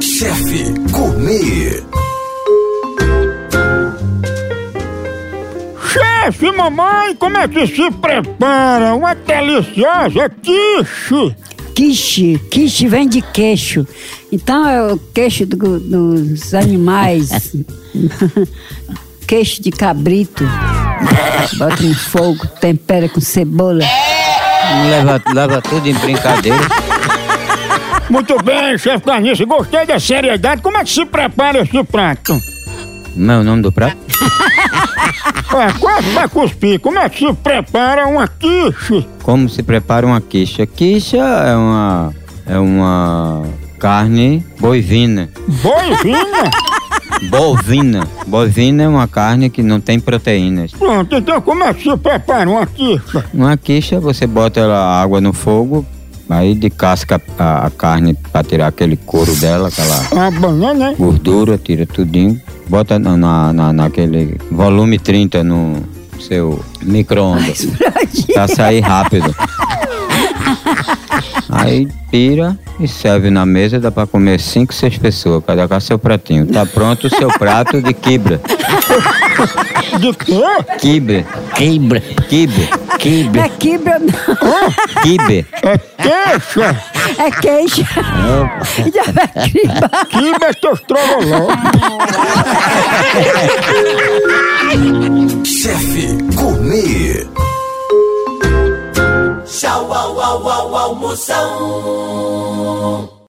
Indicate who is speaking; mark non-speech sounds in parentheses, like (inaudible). Speaker 1: Chefe Comer.
Speaker 2: Chefe, mamãe, como é que se prepara uma deliciosa quiche?
Speaker 3: Quiche, quiche vem de queixo. Então é o queixo do- dos animais. queixo de cabrito. Bota no fogo, tempera com cebola.
Speaker 4: Leva, leva tudo em brincadeira.
Speaker 2: Muito bem, chefe Carnice, gostei da seriedade. Como é que se prepara esse prato?
Speaker 4: Não é o nome do prato?
Speaker 2: Ué, É, quase vai cuspir. Como é que se prepara uma quiche?
Speaker 4: Como se prepara uma quicha? Quicha é uma. É uma carne boivina.
Speaker 2: Boizinha?
Speaker 4: Bovina. Bovina é uma carne que não tem proteínas.
Speaker 2: Pronto, então como é que se prepara uma quiche?
Speaker 4: Uma quicha você bota ela- a água no fogo, aí descasca a, a carne pra tirar aquele couro dela, aquela
Speaker 2: A banana, hein?
Speaker 4: gordura, tira tudinho, bota na, na, na- naquele volume 30 no seu micro-ondas. pra sair rápido. Aí tira e serve na mesa, dá pra comer 5, 6 pessoas, cada cá seu pratinho. Tá pronto o seu prato de quibra.
Speaker 2: De quê?
Speaker 4: Quibre,
Speaker 5: Quebra.
Speaker 4: quibre,
Speaker 3: Não (laughs) é quibra, não.
Speaker 4: quibre.
Speaker 2: É queixa.
Speaker 3: É queixo. (laughs) Já vai cribar.
Speaker 2: Quiba é teu estrogoló.
Speaker 1: Chefe Comer. Tchau, au, au, au, almoção.